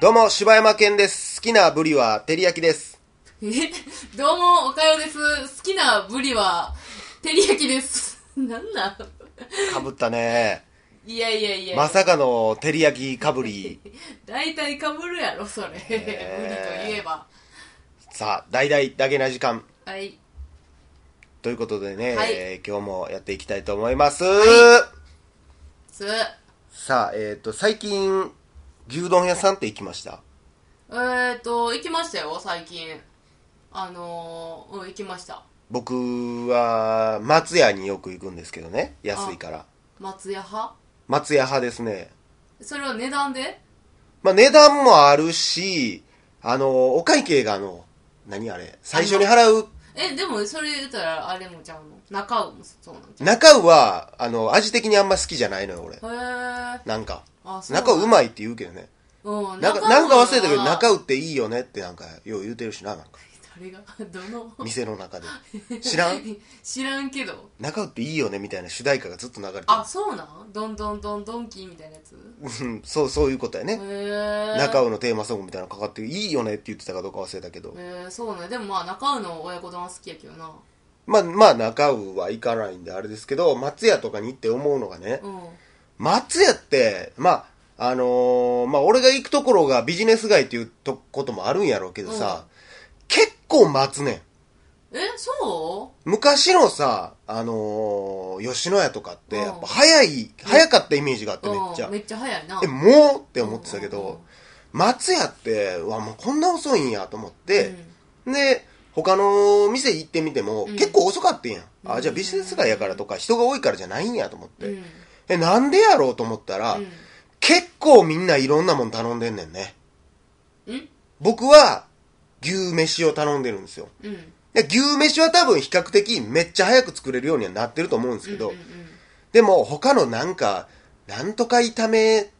どうも、柴山健です。好きなブリは照り焼きです。えどうも、おかよです。好きなブリは、照り焼きです。 なんなんかぶったね。いやいやいや、まさかの照り焼きかぶり。大体かぶるやろ、それ。ブリとい えば。さあ、大々だけな時間。はい。ということでね、はいえー今日もやっていきたいと思います。はす、さあ、えっ、と、最近、牛丼屋さんって行きました。えーと、行きましたよ、最近。あのー、うん、行きました。僕は、松屋によく行くんですけどね。安いから。松屋派松屋派ですね。それは値段でまあ、値段もあるし、あの、お会計があの、何あれ、最初に払う、え、でもそれ言ったら、あれもちゃうの中尾もそうなんちゃ中尾は、あの、味的にあんま好きじゃないのよ、俺。うへー。なんか。あ、そう。中尾うまいって言うけどね。うん、なん尾か、なんか忘れたけど、中尾。尾っていいよねってなんか、よう言うてるしな、なん か。誰が、 どの店の中で。知ら ん知らんけど。中尾っていいよねみたいな主題歌がずっと流れてるあ、そうなんどんどんどんどんキーみたいなやつうん。そう、そういうことやへね。ー中尾のテーマソングみたいなのかかって、いいよねって言ってたかどうか忘れたけど。えー、そうねでもまあ中尾の親子丼は好きやけどなまあ、まあ、中尾は行かないんであれですけど、松屋とかに行って思うのがね、うん松屋って、まあ、あのーまあ、俺が行くところがビジネス街っていうとこともあるんやろうけどさ、結構待つねん。えそ昔のさ、あのー吉野家とかって、うんやっぱ早い、早かったイメージがあっうてめっちうゃん、。めっちゃ早いなえ、もうって思ってたけうんうんうんど、松屋って、うわ、もうこんな遅いんやと思って、で、他の店行ってみても、うん結構遅かったんやん。あ、うんじゃあビジネス街やからとか、人が多いからじゃないんやと思っうて。ん、うんえ、なんでやろうと思ったら、結構みんないろんなもん頼んでんねんね。うん僕は、牛飯を頼んでるんですよ。うんで牛飯は多分比較的めっちゃ早く作れるようにはなってると思うんですけど、うんうんうんでも他のなんか、なんとか炒め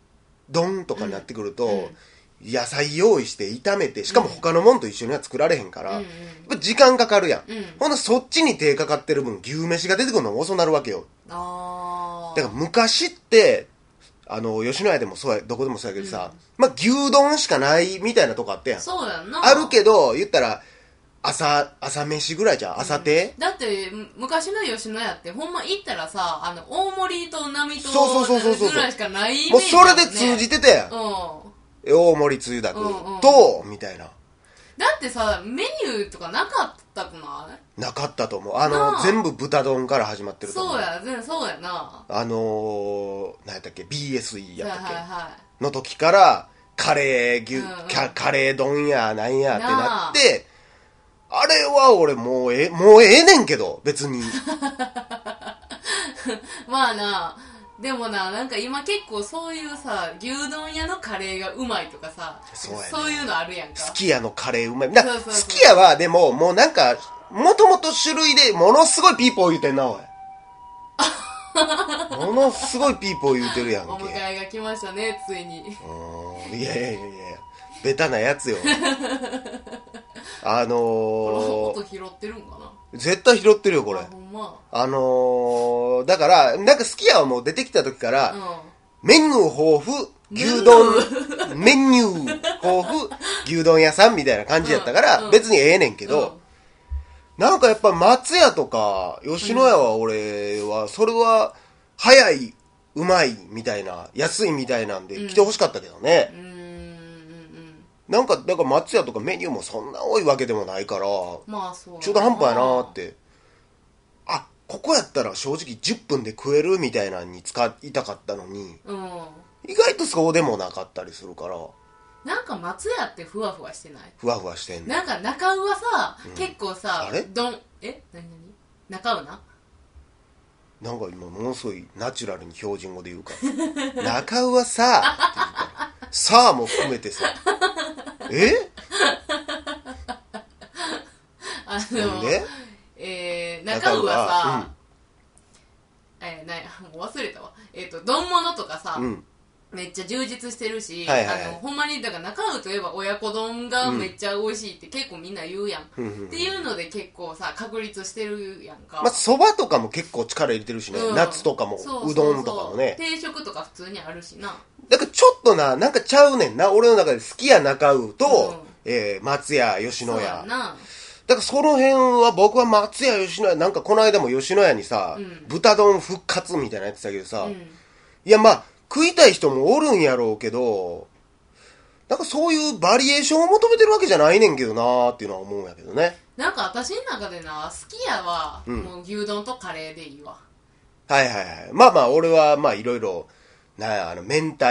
丼とかになってくると、うん野菜用意して炒めて、しかも他のもんと一緒には作られへんから、うんうんやっぱ時間かかるやん。うんほんなそっちに手かかってる分、牛飯が出てくるのも遅なるわけよ。あーだから昔って、あの、吉野家でもそうや、どこでもそうやけどさ、まあ、牛丼しかないみたいなとこあったやん。そうやんなあるけど、言ったら、朝、朝飯ぐらいじゃん朝手、だってむ昔の吉野家ってほんま行ったらさあの大盛りと並とそうそうそうそうそうぐらいしかないイメもーうジそれで通じててたやん。うん大盛りつゆだくうんうんと、みたいな。だってさメニューとかなかったくないなかったと思う。あなの、あ全部豚丼から始まってると思う。そうや、全そうやな。あのー、何やったっけ ?BSE やったっけ、はいはの時から、カレー牛、うんうんキャカレー丼や、なんやってなあなって、あれは俺もうええ、もうええねんけど、別 に。いはい。まあな、でもな、なんか今結構そういうさ、牛丼屋のカレーがうまいとかさ、そうやねいうのあるやんか。すき家のカレーうまい。だそうそうそうすき家はでも、もうなんか、もともと種類でものすごいピーポー言うてんな、 おい。ものすごいピーポー言うてるやんけ。お迎えが来ましたね、ついに。うーんいやいやいやいや、ベタなやつ よ。あの音拾ってるんかなー、絶対拾ってるよ、これあ。ほんま。あのー、だから、なんか好きやはもう出てきた時かうら、ん。メニュー豊富、牛丼、メニュー豊富、牛丼屋さんみたいな感じやったから、うんうん別にええねんけど、なんかやっぱ松屋とか吉野家は俺は、それは早い、うまいみたいな、安いみたいなんで来てほしかったけどね。うん、うーん、うん。なんか、なんか松屋とかメニューもそんな多いわけでもないから、まあそうやな。中途半端やなーって。あ、ここやったら正直10分で食えるみたいなのに使いたかったのに、うん。意外とそうでもなかったりするから、なんか松屋ってふわふわしてないふわふわしてんねなんか中尾はさ、結構さあれ、どん、え何何中尾ななんか今ものすごいナチュラルに標準語で言う から。中尾はさ、って言うから。さあも含めてさ。えあなんの、でえー、中中尾尾はが さ、えー、なんやもう忘れたわ。えっ、と、丼物とかさ、うん。めっちゃ充実してるし、はいはいはいあのほんまにだから中尾といえば親子丼がめっちゃ美味しいって結構みんな言うやん、うんうんっていうので結構さ確立してるやんか、まあ、そばとかも結構力入れてるしね、うん夏とかもそううどんとかもねそうそう定食とか普通にあるしなだからちょっとななんかちゃうねんな俺の中で好きや中尾と、えー松屋吉野そうや家んなだからその辺は僕は松屋吉野家なんかこの間も吉野家にさ、うん豚丼復活みたいなやつだけどさ、うんいやまあ食いたい人もおるんやろうけどなんかそういうバリエーションを求めてるわけじゃないねんけどなーっていうのは思うんやけどねなんか私の中でな好きやは、うんもう牛丼とカレーでいいわはいはいはいまあまあ俺はまあいろいろなんやあの明太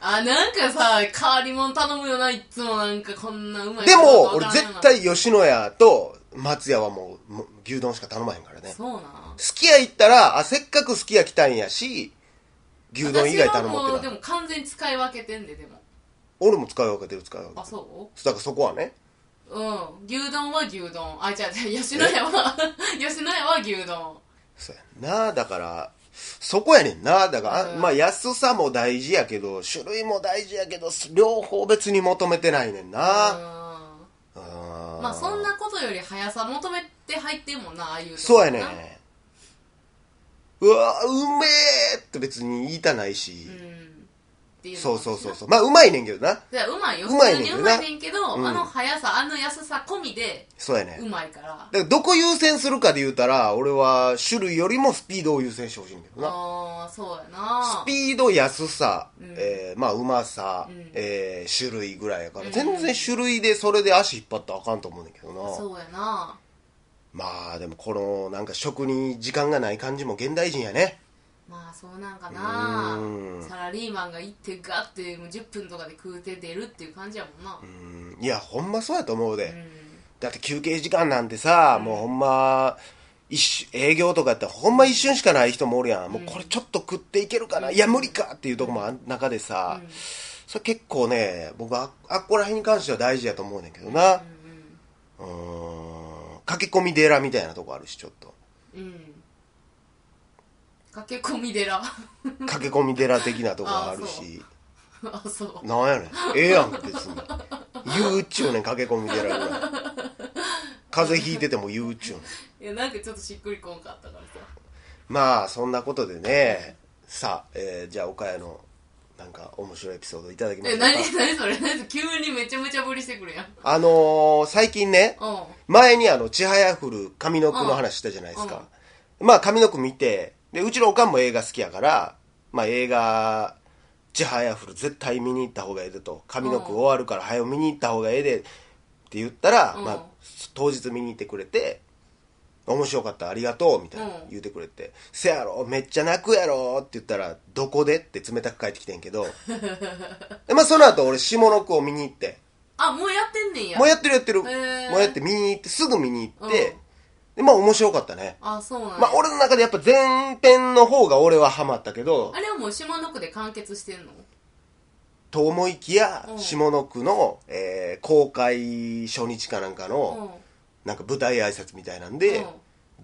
あなんかさ変わりもん頼むよないっつもなんかこんなうまいでこともわ俺からんよな絶対吉野家と松屋はもうもう牛丼しか頼まへんからねそうなんすき家行ったらあせっかくすき家来たんやし牛丼以外頼もうってな私はもうでも完全に使い分けてんででも俺も使い分けてる使い分けてあるそだからそこはねううん牛丼は牛丼あ違う違う吉野家は 吉野家は牛丼そうやなだからそこやねんなだから、あうんまあ安さも大事やけど種類も大事やけど両方別に求めてないねんな、うんうん、まあそんなことより速さ求めて入ってんもんなああいうのそうやなねうわうめえって別に言いたないし、うんっていのそうそうそうそうまあうまいねんけどなだからうまいようま普いねんけど通にうなまいねんけど、うんあの速さあの安さ込みでそうやねうまいから、だからどこ優先するかで言うたら俺は種類よりもスピードを優先してほしいんだけどなああそうやなスピード安さ、うんえーまあうまさ、うんえー種類ぐらいやから、うん全然種類でそれで足引っ張ったらあかんと思うねんだけどなそうやなまあでもこのなんか食に時間がない感じも現代人やねまあそうなんかなうんサラリーマンが行ってガッてもう10分とかで食うて出るっていう感じやもんなうんいやほんまそうやと思うで、うんだって休憩時間なんてさ、もうほんま一瞬営業とかやったらほんま一瞬しかない人もおるやん、もうこれちょっと食っていけるかな、いや無理かっていうとこもあん中でさ、うんそれ結構ね僕はああっこら辺に関しては大事やと思うねんけどなうーん駆け込み寺みたいなとこあるしちょっとうんうん駆け込み寺 駆け込み寺的なとこある しあそうなんやねんええやん別 に言うっちゅうねん駆け込み寺ぐらい風邪ひいてても言うっちゅうねんいやなんかちょっとしっくりこんかったからさまあそんなことでねさあ、えーじゃあ岡谷のなんか面白いエピソードいただきましえょうか何何それ何それ急にめちゃめちゃぶりしてくるやんあのー最近ねうん前にあのちはやふる上の句の話したじゃないですか、まあ上の句見てでうちのおかんも映画好きやから、まあ、映画ちはやふる絶対見に行った方がええでと上の句終わるから早う見に行った方がええでって言ったら、うんまあ、当日見に行ってくれて面白かったありがとうみたいなうん言うてくれて「せやろめっちゃ泣くやろ」って言ったら「どこで?」って冷たく返ってきてん けどで、まあ、その後俺下の句を見に行ってあもうやってんねんやもうやってるやってる、ーもうやって見に行ってすぐ見に行って、うんでまあ面白かったね、あそうなんや、まあ俺の中でやっぱ前編の方が俺はハマったけどあれはもう島の区で完結してんのと思いきやうん下の句の、えー公開初日かなんかうの、んなんか舞台挨拶みたいなんで、うん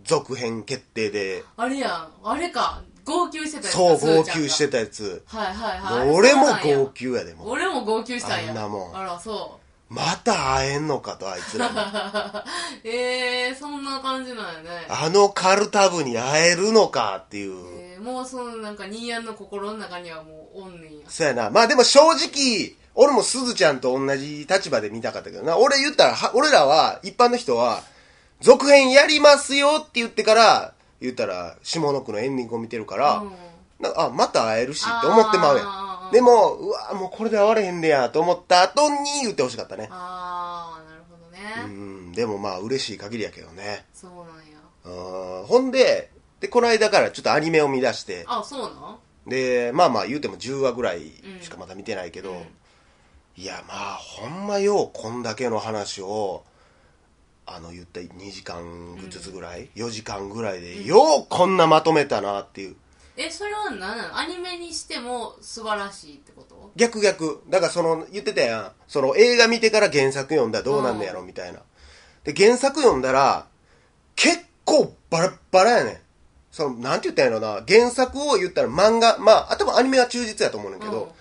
続編決定であれやんあれか号泣してたやつかそうすー号ちゃんが泣してたやつはいはいはいもう俺もそうなんや号泣やでもう俺も号泣したんやあんなもんあらそまた会えんのかとあいつらにう えー、そんな感じなんやねあのカルタ部に会えるのかっていう、えー、もうそのなんかニーヤンの心の中にはもうおんねんやそうやな。まあでも正直、俺もすずちゃんと同じ立場で見たかったけどな。俺言ったら、は俺らは、一般の人は、続編やりますよって言ってから、言ったら、下の句のエンディングを見てるから、うんなんかあ、また会えるしって思ってまうやあん。ーでも、うわもうこれで会われへんねやと思った後に言ってほしかったね。ああなるほどうね、ん、でもまあ嬉しい限りやけどね。そうなんやうん、ほんで、で、この間からちょっとアニメを見出して、あそうなんで、まあまあ言うても10話ぐらいしかまだ見てないけど、うんいやまあほんまようこんだけの話をあの言った2時間ずつぐらい、4時間ぐらいでようこんなまとめたなっていうえそれは何なのアニメにしても素晴らしいってこと逆逆だからその言ってたやんその映画見てから原作読んだらどうなんのやろみたいなで原作読んだら結構バラッバラやねんその、なんて言ったんやろな、原作を言ったら漫画、まあ、多分アニメは忠実やと思うねんだけど、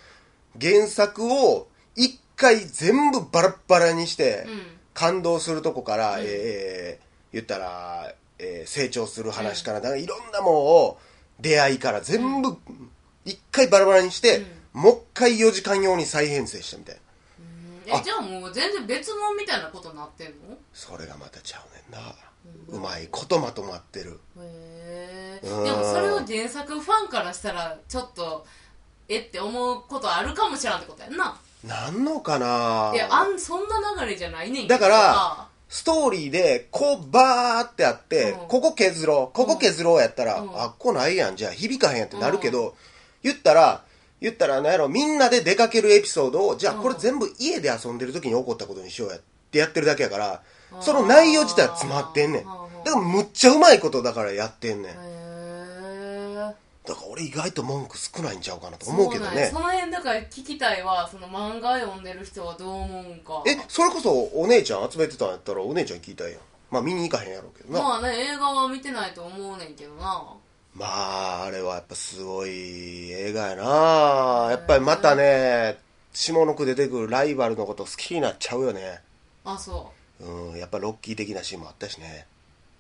原作を一回全部バラッバラにして、うん感動するとこから、えーえー言ったら、えー成長する話から、だからいろんなもんを出会いから全部一回バラバラにして、もう一回4時間用に再編成したみたいなうんえじゃあもう全然別物みたいなことになってんのそれがまたちゃうねんな、うまいことまとまってるへえうんでもそれを原作ファンからしたらちょっとえって思うことあるかもしらんってことやんななんのかないやあんそんな流れじゃないねんけどださから、ストーリーで、こう、バーってあって、うんここ削ろう、ここ削ろうやったら、うんあ、ここないやん、じゃあ響かへんやんってなるけど、言ったら、言ったら、なんやろ、みんなで出かけるエピソードを、じゃあうんこれ全部家で遊んでる時に起こったことにしようやってやってるだけやからう、んその内容自体は詰まってんねん。うんだからむっちゃうまいことだからやってんねん。だへえから俺意外と文句少ないんちゃうかなと思うけどねそ。うなんやその辺だから聞きたいわその漫画読んでる人はどう思うんかえ、それこそお姉ちゃん集めてたんやったらお姉ちゃん聞いたらええやん。まあ見に行かへんやろうけどな。まあね映画は見てないと思うねんけどなまあ、あれはやっぱすごい映画やなやっぱりまたね、下の句出てくるライバルのこと好きになっちゃうよね。あそうん、やっぱロッキー的なシーンもあったしね。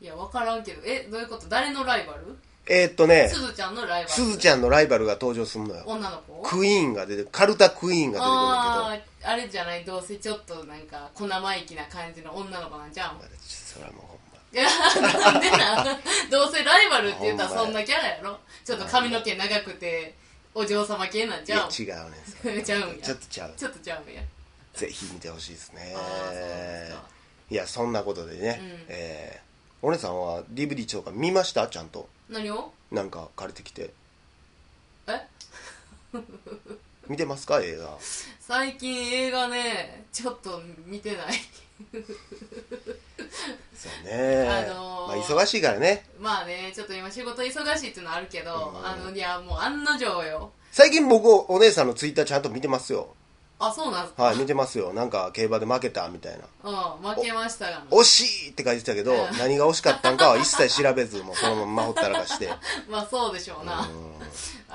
ういや分からんけどえどういうこと誰のライバルえーっとねす、ずちゃんのライバルすずゃちゃんのライバルが登場するのよ。女の子クイーンが出て、カルタクイーンが出てくるんだああーあれじゃないどうせちょっとなんか小生意気な感じの女の子なんじゃんけど。それはもうほんま。いやなんでなん どうせライバルって言ったらそんなキャラやろちょっと髪の毛長くてお嬢様系なんいじゃやん違うねそれ ちゃうんやちょっとちゃう。ちょっとちゃうんやぜひ見てほしいですねあーそうですか。いや、そんなことでねうん、えーお姉さんは DVD とか見ましたちゃんと。何を なんか借りてきて。え見てますか映画最近映画ねちょっと見てない そうね、あのーまあ忙しいからねまあねちょっと今仕事忙しいっていうのはあるけどうんあのいやもう案の定よ最近僕お姉さんのツイッターちゃんと見てますよあそうなんすかはい見てますよなんか競馬で負けたみたいなうん負けましたが惜しいって書いてたけど、うん何が惜しかったんかは一切調べずもうそのままほったらかして まあそうでしょうな、うん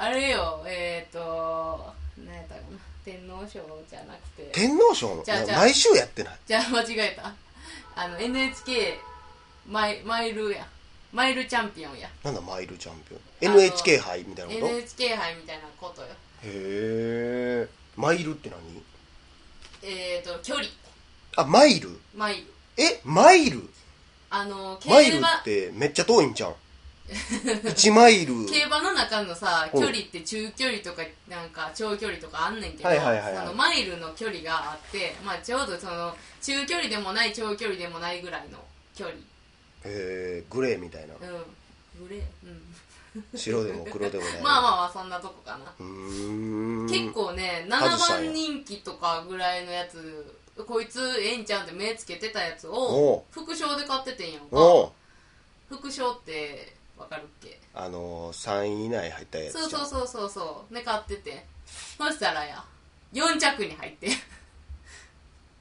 あれよ、えっ、ー、と、何やったかな、天皇賞じゃなくて、天皇賞のじゃあじゃあ毎週やってないじゃあ間違えた。あの、NHK マイ、マイルや、マイルチャンピオンや、なんだマイルチャンピあオンの NHK 杯みたいなことへ NHK 杯みたいなことよ。えマイルって何えっ、ー、と、距離、あマイルマイル。えマイルあの、競マイル馬っ、てめっちゃ遠いん じゃん1マイル競馬の中のさ、うん距離って中距離とか、なんか長距離とかあんねんけど、はいはいはいはいそのマイルの距離があって、まあちょうどその、中距離でもない長距離でもないぐらいの距離。えー、グレーみたいなうん。グレー、うん。白でも黒でもない まあまあまあそんなとこかな、うーん結構ね7カズさんや番人気とかぐらいのやつこいつええんちゃんって目つけてたやつおうを副賞で買っててんやんおかう副賞ってわかるっけあのー、3位以内入ったやつじゃそんうそうそうそうそうね買っててそしたらや4着に入って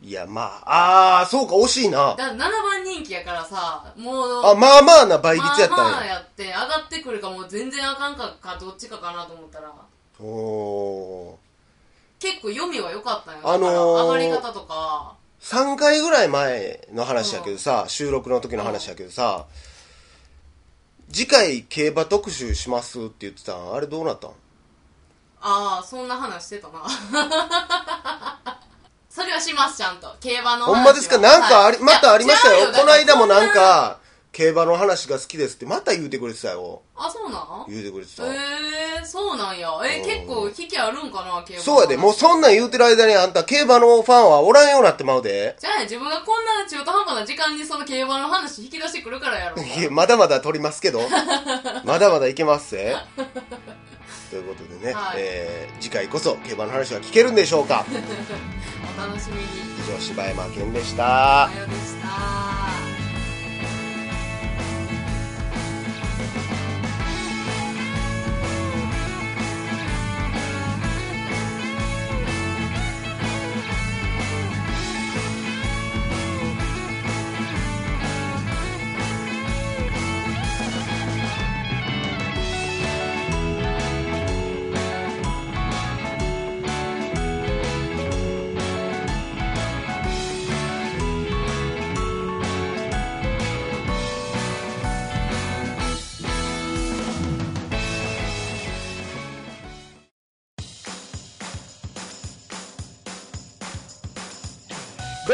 いやまあああそうか惜しいなだから7番人気やからさもうあまあまあな倍率やったんや、まあまあやって上がってくるかもう全然あかんかかどっちかかなと思ったらおー結構読みは良かったんやあのーだから上がり方とか3回ぐらい前の話やけどさ、収録の時の話やけどさ、次回競馬特集しますって言ってたんあれどうなったんああそんな話してたな それはしますちゃんと競馬の話はほんまですかなんかあり、はいまたありましたいやよ。違うこの間もなんだってか、競馬の話が好きですってまた言うてくれてたよ。そんなあそうなん言うてくれてた。えー、そうなんやえうん結構引きあるんかな競馬の話そうやで、もうそんなん言うてる間にあんた競馬のファンはおらんようになってまうで。じゃあね自分がこんな中途半端な時間にその競馬の話引き出してくるから やろいやまだまだ取ります けど、まだまだいけますぜ。 ということでね、はいえー次回こそ競馬の話は聞けるんでしょう か。お楽しみに以上、柴山健でした。おはようでしたど